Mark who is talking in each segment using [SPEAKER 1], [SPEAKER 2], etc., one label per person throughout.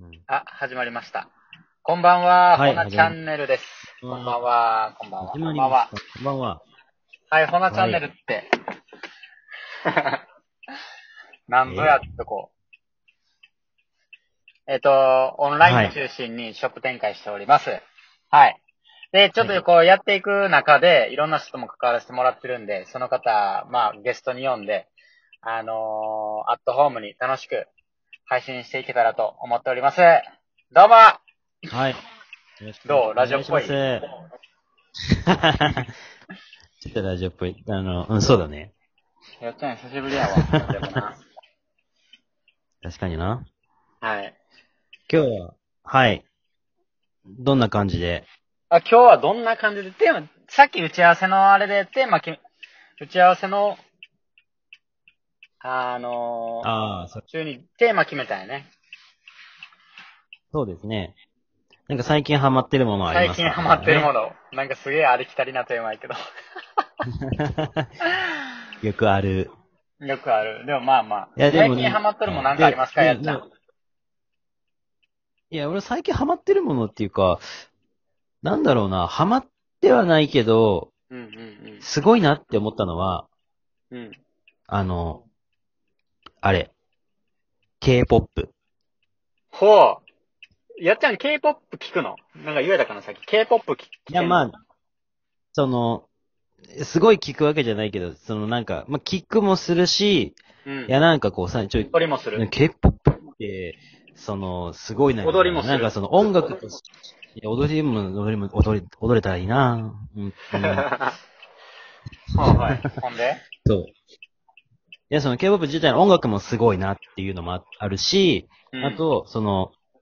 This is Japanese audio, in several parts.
[SPEAKER 1] うん
[SPEAKER 2] あ、始まりました。こんばんは、
[SPEAKER 1] はい
[SPEAKER 2] ほなチャンネルです。
[SPEAKER 1] 始
[SPEAKER 2] こ
[SPEAKER 1] まり
[SPEAKER 2] ん
[SPEAKER 1] ま
[SPEAKER 2] ばんは、こ
[SPEAKER 1] した
[SPEAKER 2] んばんは、こ
[SPEAKER 1] 始
[SPEAKER 2] ん
[SPEAKER 1] まり
[SPEAKER 2] ばん
[SPEAKER 1] ま
[SPEAKER 2] は
[SPEAKER 1] し。た。こんばんは。
[SPEAKER 2] はい、ほなチャンネルって、なんぼやっとこう。えっ、と、オンラインを中心にショップ展開しております。はい。で、ちょっとこうやっていく中で、いろんな人とも関わらせてもらってるんで、その方、まあゲストに呼んで、あのーアットホームに楽しく配信していけたらと思っております。どうも
[SPEAKER 1] はい。
[SPEAKER 2] どうラジオっぽい
[SPEAKER 1] お願しますちょっとラジオっぽい。あの、うん、そうだね。
[SPEAKER 2] やっちゃん久しぶりや わ。でもな
[SPEAKER 1] 確かにな。
[SPEAKER 2] はい。
[SPEAKER 1] 今日は、はい。どんな感じで
[SPEAKER 2] あ、今日はどんな感じで、テーマ、さっき打ち合わせのあれでテーマ決め、打ち合わせの、あのー、
[SPEAKER 1] ああ、そ
[SPEAKER 2] 中にテーマ決めたよね。
[SPEAKER 1] そうですね。なんか最近ハマってるものはあ
[SPEAKER 2] 最
[SPEAKER 1] ります
[SPEAKER 2] 近ハマってるも
[SPEAKER 1] の。
[SPEAKER 2] の。なんかすげえありきたりなテーマやけど。
[SPEAKER 1] よくある。
[SPEAKER 2] よくある。でもまあまあ。
[SPEAKER 1] いやでもね
[SPEAKER 2] 最近ハマってるもんなんかありますか、
[SPEAKER 1] で
[SPEAKER 2] やっちゃ
[SPEAKER 1] で
[SPEAKER 2] ん。
[SPEAKER 1] いや、俺最近ハマってるものっていうか、なんだろうな、ハマってはないけど、
[SPEAKER 2] うんうん
[SPEAKER 1] すごいなって思ったのは、
[SPEAKER 2] うん。うん。
[SPEAKER 1] あの、あれ。K-POP。
[SPEAKER 2] ほう。やっちゃん K-POP 聞くのなんか言えたかな、さっき。K-POP 聞く。
[SPEAKER 1] いや、まあ、その、すごい聞くわけじゃないけど、そのなんか、まあ、聞くもするし、
[SPEAKER 2] うん。
[SPEAKER 1] いや、なんかこうさ、ちょい、
[SPEAKER 2] 踊りもする。
[SPEAKER 1] K-POP って、その、すごいな。
[SPEAKER 2] 踊りもする
[SPEAKER 1] なんかその音楽としいや、踊りも、踊りも、踊り、踊れたらいいな うん。うん
[SPEAKER 2] はいはい。ほんで
[SPEAKER 1] そう。いや、その K-POP 自体の音楽もすごいなっていうのもああるし、
[SPEAKER 2] うん
[SPEAKER 1] あと、その、い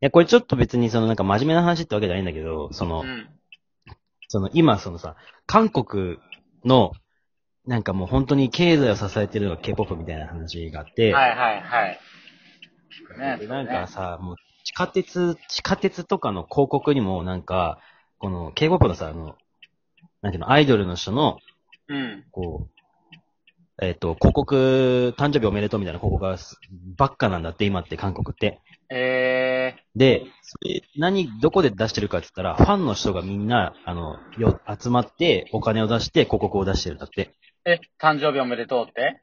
[SPEAKER 1] や、これちょっと別にそのなんか真面目な話ってわけじゃないんだけど、その、
[SPEAKER 2] うん。
[SPEAKER 1] その今そのさ、韓国の、なんかもう本当に経済を支えてるのが K-POP みたいな話があって、
[SPEAKER 2] はいはいはい。ね
[SPEAKER 1] でなんかさ、もう地下鉄、地下鉄とかの広告にもなんか、この K-POP のさ、あの、なんていうの、アイドルの人の、
[SPEAKER 2] うん。
[SPEAKER 1] こう、えっ、と、広告、誕生日おめでとうみたいな広告がすばっかなんだって、今って韓国って。
[SPEAKER 2] え
[SPEAKER 1] で、それ何、どこで出してるかって言ったら、ファンの人がみんな、あの、よ、集まって、お金を出して、広告を出してるんだって。
[SPEAKER 2] ー、え、誕生日おめでとうって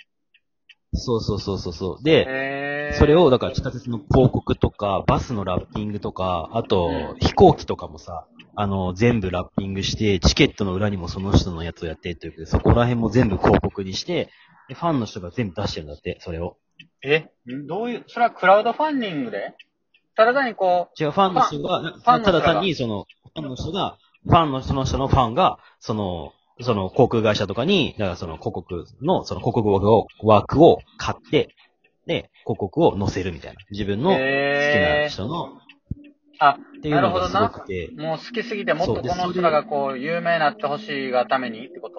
[SPEAKER 1] そうそうそうそうそう。で、
[SPEAKER 2] えー、
[SPEAKER 1] それを、だから地下鉄の広告とか、バスのラッピングとか、あと、飛行機とかもさ、あの、全部ラッピングして、チケットの裏にもその人のやつをやってっていうことで、そこら辺も全部広告にして、でファンの人が全部出してるんだって、それを。
[SPEAKER 2] え、どういう、それはクラウドファンディングでただ単にこ
[SPEAKER 1] 違う、ファンの人
[SPEAKER 2] ァ
[SPEAKER 1] が、
[SPEAKER 2] ンの人が
[SPEAKER 1] ただ単に、その、ファンの人が、ファンの人の人のファンが、その、その航空会社とかに、だからその広告の、その広告を、枠を買って、で、広告を載せるみたいな。自分
[SPEAKER 2] う、
[SPEAKER 1] の好きな
[SPEAKER 2] えー、
[SPEAKER 1] 人の、
[SPEAKER 2] あ、
[SPEAKER 1] っていうのがすごくて、
[SPEAKER 2] もう好きすぎてもっと
[SPEAKER 1] そう
[SPEAKER 2] こ
[SPEAKER 1] で
[SPEAKER 2] の人らがこう、有名になってほしいがためにってこと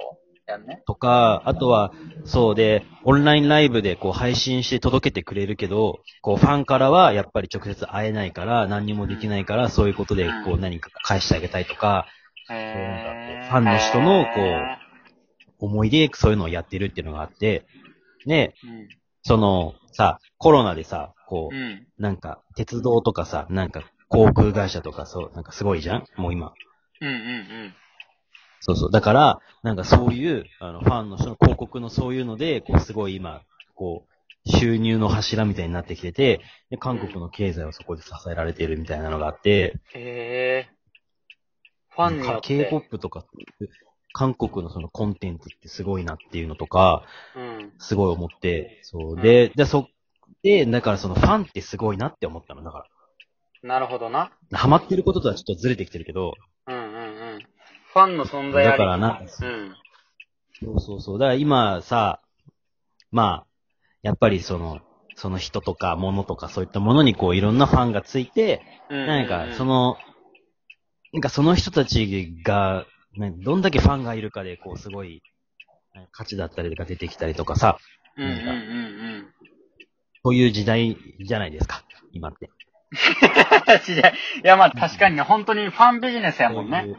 [SPEAKER 2] やんね。
[SPEAKER 1] とか、あとは、そうで、オンラインライブでこう配信して届けてくれるけど、こうファンからはやっぱり直接会えないから、何にもできないから、そういうことでこう何か返してあげたいとか、
[SPEAKER 2] えー、
[SPEAKER 1] ファンの人のこう
[SPEAKER 2] え
[SPEAKER 1] 思い出、そういうのをやってるっていうのがあって、ね、
[SPEAKER 2] ー
[SPEAKER 1] その、さ、コロナでさ、こ
[SPEAKER 2] うん。うん。
[SPEAKER 1] う、なんか、鉄道とかさ、なんか、航空会社とかそう、なんかすごいじゃんもう今。
[SPEAKER 2] うんうん
[SPEAKER 1] そうそう。だから、なんかそういう、あの、ファンの人の広告のそういうので、こう、すごい今、こう、収入の柱みたいになってきてて、で、韓国の経済はそこで支えられているみたいなのがあって、
[SPEAKER 2] うん。えー、ファンによって。
[SPEAKER 1] K-POP とか、韓国のそのコンテンツってすごいなっていうのとか、
[SPEAKER 2] うん。
[SPEAKER 1] すごい思って、そうう。
[SPEAKER 2] ん
[SPEAKER 1] で、で、そ、で、だからそのファンってすごいなって思ったの。だか
[SPEAKER 2] なるほどな。
[SPEAKER 1] ら、ハマってることとはちょっとずれてきてるけど、
[SPEAKER 2] うんうんうん。ファンの存在あり
[SPEAKER 1] だからな、
[SPEAKER 2] うん。
[SPEAKER 1] そうそうそう。だから今さ、まあ、やっぱりその、その人とか物とかそういったものにこういろんなファンがついて、
[SPEAKER 2] うん
[SPEAKER 1] なんかそ、の、なんかその人たちが、ねどんだけファンがいるかでこうすごいなんか価値だったりとか出てきたりとかさ、
[SPEAKER 2] うんうんうんうん。
[SPEAKER 1] そういう時代じゃないですか、今って。
[SPEAKER 2] いやいや、まあ確かにね、本当にファンビジネスやもん
[SPEAKER 1] こうい
[SPEAKER 2] ね。
[SPEAKER 1] う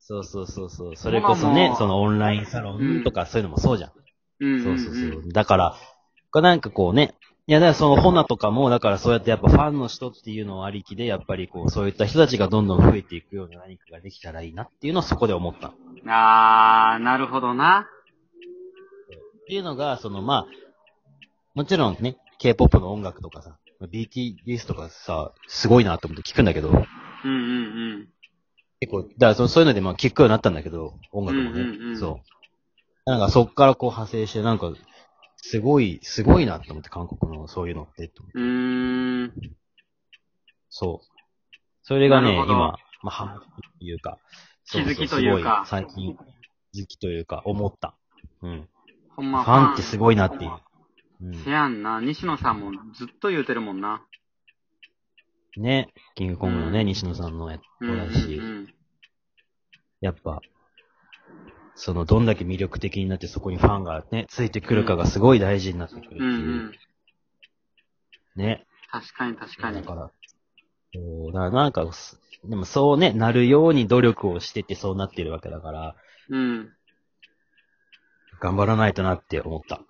[SPEAKER 1] そうそうそうそう。それこそ
[SPEAKER 2] 今
[SPEAKER 1] ね
[SPEAKER 2] も、
[SPEAKER 1] そのオンラインサロンとかそういうのもそうじゃん。
[SPEAKER 2] うんんん
[SPEAKER 1] そうそうそう。だから、これなんかこうね、いや、だからそのホナとかも、だからそうやってやっぱファンの人っていうのをありきで、やっぱりこう、そういった人たちがどんどん増えていくような何かができたらいいなっていうのはそこで思った。っ
[SPEAKER 2] あー、なるほどな。
[SPEAKER 1] ていうのが、そのまあ、もちろんね、K-POP の音楽とかさ、BTS とかさ、すごいなと思って聞くんだけど、
[SPEAKER 2] うんうん
[SPEAKER 1] 結構、だからそそういうのでまあ聞くようになったんだけど、音楽もね。
[SPEAKER 2] うんうんうん
[SPEAKER 1] そう。なんかそっからこう派生して、なんか、すごい、すごいなと思って、韓国のそういうのって。と思って
[SPEAKER 2] うん。うーん。
[SPEAKER 1] そう。それがね、
[SPEAKER 2] なるほど
[SPEAKER 1] 今、まあ、はというか、そうそう
[SPEAKER 2] 気づきというか
[SPEAKER 1] すごい最近、気づきというか、思った。うん。
[SPEAKER 2] ほん
[SPEAKER 1] フ
[SPEAKER 2] ま。
[SPEAKER 1] ァンってすごいなっていう。う
[SPEAKER 2] せやんな。西野さんもずっと言うてるもんな。
[SPEAKER 1] ん、ね、キングコングのね、
[SPEAKER 2] うん
[SPEAKER 1] 西野さんのやつ
[SPEAKER 2] うんうんう
[SPEAKER 1] だし、
[SPEAKER 2] ん。
[SPEAKER 1] やっぱ、その、どんだけ魅力的になってそこにファンがね、ついてくるかがすごい大事になってくるっていう
[SPEAKER 2] うんう。ん。
[SPEAKER 1] ね。
[SPEAKER 2] 確かに確か
[SPEAKER 1] だ
[SPEAKER 2] に。
[SPEAKER 1] から、そうだからなんか、すでもそうね、なるように努力をしててそうなってるわけだから、
[SPEAKER 2] うん。
[SPEAKER 1] 頑張らないとなって思った。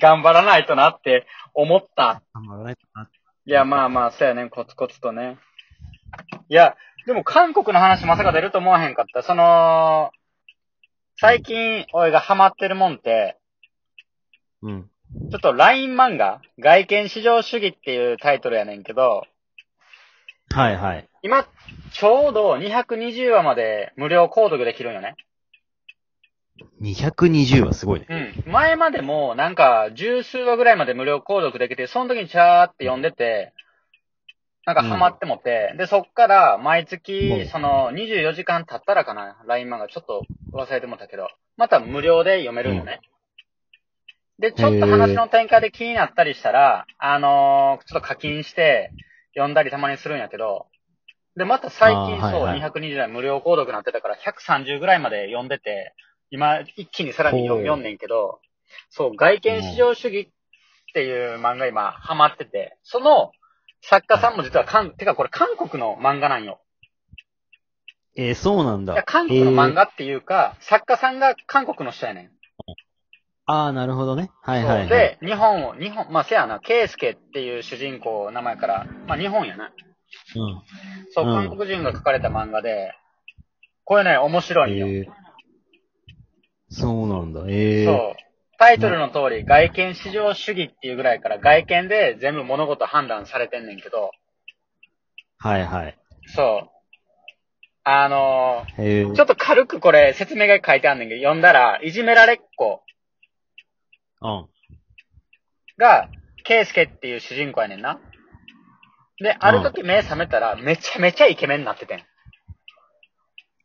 [SPEAKER 2] 頑張らないとなって思った
[SPEAKER 1] 頑張らないとなって。
[SPEAKER 2] いや、まあまあ、そうやね、コツコツとね。いや、でも韓国の話まさか出ると思わへんかった。その、最近、俺がハマってるもんって、
[SPEAKER 1] うん。
[SPEAKER 2] ちょっと LINE 漫画外見至上主義っていうタイトルやねんけど、
[SPEAKER 1] はいはい。
[SPEAKER 2] 今、ちょうど220話まで無料購読できるんよね。
[SPEAKER 1] 220はすごいね。
[SPEAKER 2] うん。前までも、なんか、十数話ぐらいまで無料購読できて、その時にチャーって読んでて、なんかハマってもって、で、そっから、毎
[SPEAKER 1] もう
[SPEAKER 2] 月、その、24時間経ったらかな、LINE 漫画、ちょっと忘れてもったけど、また無料で読めるのね。で、ちょっと話の展開で気になったりしたら、あのーちょっと課金して、読んだりたまにするんやけど、で、また最近
[SPEAKER 1] あー
[SPEAKER 2] そう、
[SPEAKER 1] はいはい
[SPEAKER 2] 220話無料購読になってたから、130ぐらいまで読んでて、今、一気にさらに
[SPEAKER 1] ほう
[SPEAKER 2] 読読んねんけど、そう、外見至上主義っていう漫画今、ハマってて、その作家さんも実は韓、てかこれ韓国の漫画なんよ。
[SPEAKER 1] えー、そうなん
[SPEAKER 2] い
[SPEAKER 1] だ
[SPEAKER 2] や。韓国の漫
[SPEAKER 1] えー
[SPEAKER 2] 画っていうか、作家さんが韓国の人やねん。
[SPEAKER 1] ああ、なるほどね。はいはい、はい。
[SPEAKER 2] そうで、日本を、日本、まあ、せやな、ケイスケっていう主人公の名前から、まあ、日本やな。
[SPEAKER 1] うん。
[SPEAKER 2] そう、
[SPEAKER 1] うん
[SPEAKER 2] 韓国人が書かれた漫画で、これね、面白いんよ。
[SPEAKER 1] えー、そうなんだ。えー、
[SPEAKER 2] そう。タイトルの通り、外見至上主義っていうぐらいから、外見で全部物事判断されてんねんけど、
[SPEAKER 1] はいはい。
[SPEAKER 2] そう。あの
[SPEAKER 1] え
[SPEAKER 2] ー
[SPEAKER 1] ー、
[SPEAKER 2] ちょっと軽くこれ説明が書いてあんねんけど、読んだら、いじめられっ子
[SPEAKER 1] うん。
[SPEAKER 2] が、ケイスケっていう主人公やねんな。で、ある時目覚めたら、めちゃめちゃイケメンになっててん。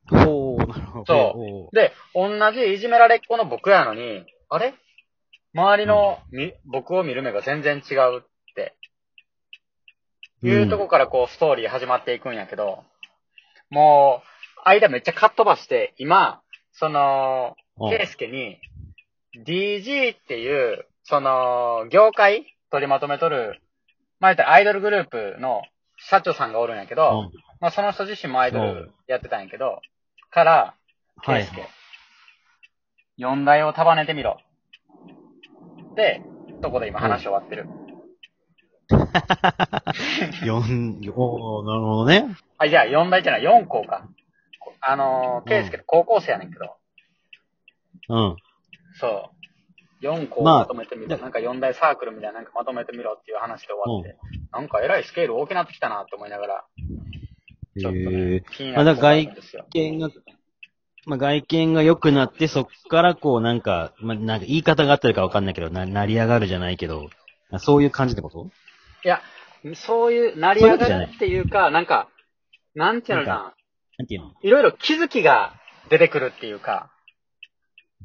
[SPEAKER 1] ほう、なるほど。
[SPEAKER 2] そう
[SPEAKER 1] ほ
[SPEAKER 2] で、同じいじめられっ子の僕やのに、あれ周りのみ、僕を見る目が全然違う
[SPEAKER 1] う
[SPEAKER 2] いうとこからこうストーリー始まっていくんやけど、もう、間めっちゃかっ飛ばして、今、その、
[SPEAKER 1] うん
[SPEAKER 2] ケイスケに、DG っていう、その、業界取りまとめとる、まあ、言ったらアイドルグループの社長さんがおるんやけ
[SPEAKER 1] うん。う
[SPEAKER 2] ど、
[SPEAKER 1] ん
[SPEAKER 2] まあ、その人自身もアイド
[SPEAKER 1] う
[SPEAKER 2] ル
[SPEAKER 1] ん
[SPEAKER 2] やってたんやけど、から、
[SPEAKER 1] は
[SPEAKER 2] ケイ
[SPEAKER 1] い
[SPEAKER 2] ス。ケ、四大を束ねてみろ。で、とこで今話終わってる。
[SPEAKER 1] 四、おーなるほどね。
[SPEAKER 2] あ、じゃあ4大じゃない、4校か。あの
[SPEAKER 1] うん
[SPEAKER 2] ー、ケイスケって高校生やねんけど、
[SPEAKER 1] うん。
[SPEAKER 2] そう。4校
[SPEAKER 1] まあ
[SPEAKER 2] まとめてみる、
[SPEAKER 1] で
[SPEAKER 2] なんか4大サークルみたいななんかまとめてみろっていう話で終わって、なんかえらいスケール大きなってきたなと思いながら、ちょっとね、
[SPEAKER 1] えー、
[SPEAKER 2] 気になってたんですよ。
[SPEAKER 1] 外見が、まあ、外見が良くなって、そっからこうなんか、まあ、なんか言い方があってるかわかんないけど、な、成り上がるじゃないけど、あそういう感じってこと
[SPEAKER 2] いや、そういう、成り
[SPEAKER 1] そういう
[SPEAKER 2] 上
[SPEAKER 1] ことじゃ
[SPEAKER 2] が
[SPEAKER 1] ない
[SPEAKER 2] るっていうか、なんか、なんていうのかな、
[SPEAKER 1] ななんていうの
[SPEAKER 2] いろいろ気づきが出てくるっていうか、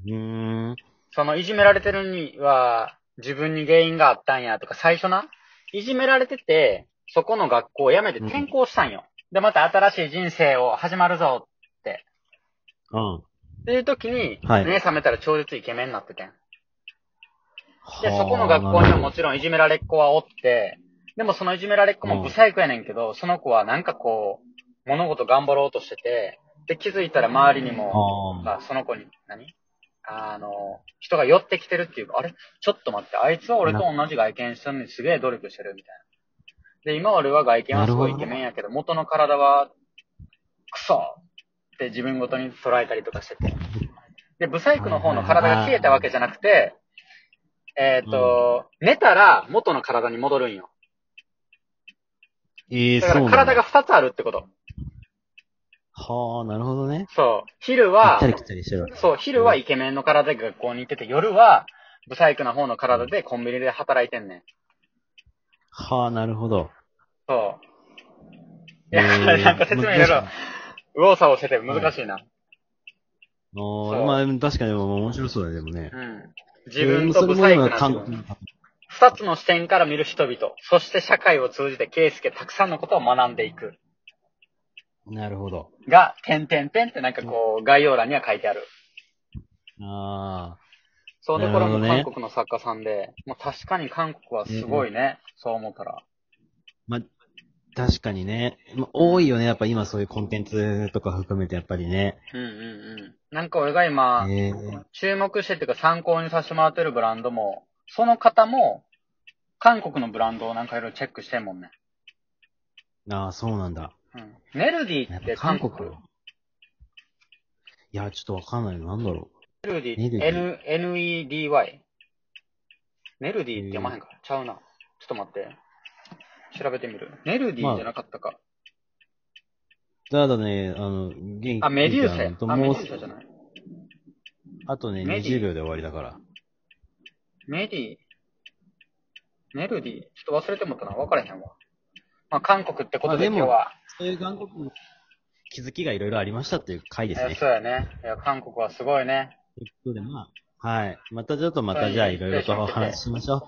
[SPEAKER 1] うーん。
[SPEAKER 2] そのいじめられてるには自分に原因があったんやとか、最初な、いじめられてて、そこの学校を辞めて転校したんよ。で、また新しい人生を始まるぞ
[SPEAKER 1] うん。
[SPEAKER 2] っていう時に、
[SPEAKER 1] はい
[SPEAKER 2] 目覚めたら超絶イケメンになっててん。で、
[SPEAKER 1] はあ
[SPEAKER 2] そこの学校にはもちろんいじめられっ子はおって、でもそのいじめられっ子もブサイクやねんけど、その子はなんかこう、物事頑張ろうとしてて、で、気づいたら周りにも、
[SPEAKER 1] あ
[SPEAKER 2] がその子に何あの、人が寄ってきてるっていうか、あれちょっと待って、あいつは俺と同じ外見してるのにすげえ努力してるみたいな。で、今俺は外見はすごいイケメンやけど、元の体は、クソって自分ごとに捉えたりとかしてて。で、ブサイクの方の体が消えたわけじゃなくて、えっ、と、寝たら元の体に戻るんよ。
[SPEAKER 1] ええ
[SPEAKER 2] だか
[SPEAKER 1] そう
[SPEAKER 2] ら
[SPEAKER 1] なん
[SPEAKER 2] 体
[SPEAKER 1] だ
[SPEAKER 2] が2つあるってこと。
[SPEAKER 1] はあ、なるほどね。
[SPEAKER 2] そう。昼
[SPEAKER 1] 行っ
[SPEAKER 2] は
[SPEAKER 1] た、り来たりしてるわけ。
[SPEAKER 2] そう、昼はイケメンの体で学校に行ってて、夜は、ブサイクな方の体でコンビニで働いてんねん。
[SPEAKER 1] はあ、なるほど。
[SPEAKER 2] そう。いや、 なんか説明いろいろ、右往左往してて難しいな。
[SPEAKER 1] ろ
[SPEAKER 2] そう
[SPEAKER 1] まあ、確かに面白そうだね、でもね
[SPEAKER 2] う。ん。自分とブサイクな自分。
[SPEAKER 1] な
[SPEAKER 2] 二つの視点から見る人々、そして社会を通じてケイスケたくさんのことを学んでいく。
[SPEAKER 1] なるほど。
[SPEAKER 2] が、点点点ってなんかこう、概要欄には書いてある。
[SPEAKER 1] あ
[SPEAKER 2] そうで、これも
[SPEAKER 1] なるほど
[SPEAKER 2] 韓
[SPEAKER 1] ね
[SPEAKER 2] 国の作家さんで、もう確かに韓国はすごいね。そう思ったら。
[SPEAKER 1] あ、確かにね。まあ多いよね、やっぱ今そういうコンテンツとか含めてやっぱりね。
[SPEAKER 2] うんうんうん。なんか俺が今、
[SPEAKER 1] ええ
[SPEAKER 2] 注目してっていうか参考にさせてもらってるブランドも、その方も、韓国のブランドをなんかいろいろチェックしてんもんね。
[SPEAKER 1] ああ、そうなんだ。
[SPEAKER 2] うん。メルディ
[SPEAKER 1] や
[SPEAKER 2] っ
[SPEAKER 1] ってぱ
[SPEAKER 2] 韓
[SPEAKER 1] 韓
[SPEAKER 2] 国
[SPEAKER 1] 国。いや、ちょっとわかんない。なんだろ
[SPEAKER 2] メルディ、
[SPEAKER 1] メルディ
[SPEAKER 2] N、N-E-D-Y。メルディって読まへんか。ちゃうな。ちょっと待って。調べてみる。メルディじゃなかったか。
[SPEAKER 1] う。ただね、あの、元
[SPEAKER 2] あ、メデュー
[SPEAKER 1] 元気なの
[SPEAKER 2] セ。
[SPEAKER 1] と
[SPEAKER 2] あ、メ
[SPEAKER 1] も
[SPEAKER 2] デ
[SPEAKER 1] う
[SPEAKER 2] ューセじゃない。
[SPEAKER 1] あとね、
[SPEAKER 2] メディ
[SPEAKER 1] 20秒で終わりだから。
[SPEAKER 2] メディ、メルディ。ちょっと忘れてもったな。わからへんわ。まあ、韓国ってことで
[SPEAKER 1] まあでも
[SPEAKER 2] 今日は。
[SPEAKER 1] そういう韓国の気づきがいろいろありましたっていう回です
[SPEAKER 2] え
[SPEAKER 1] ね。
[SPEAKER 2] そうやね。いや、韓国はすごいね。
[SPEAKER 1] ということで、まあ、はい。またちょっとまたじゃあいろいろとお話ししましょう。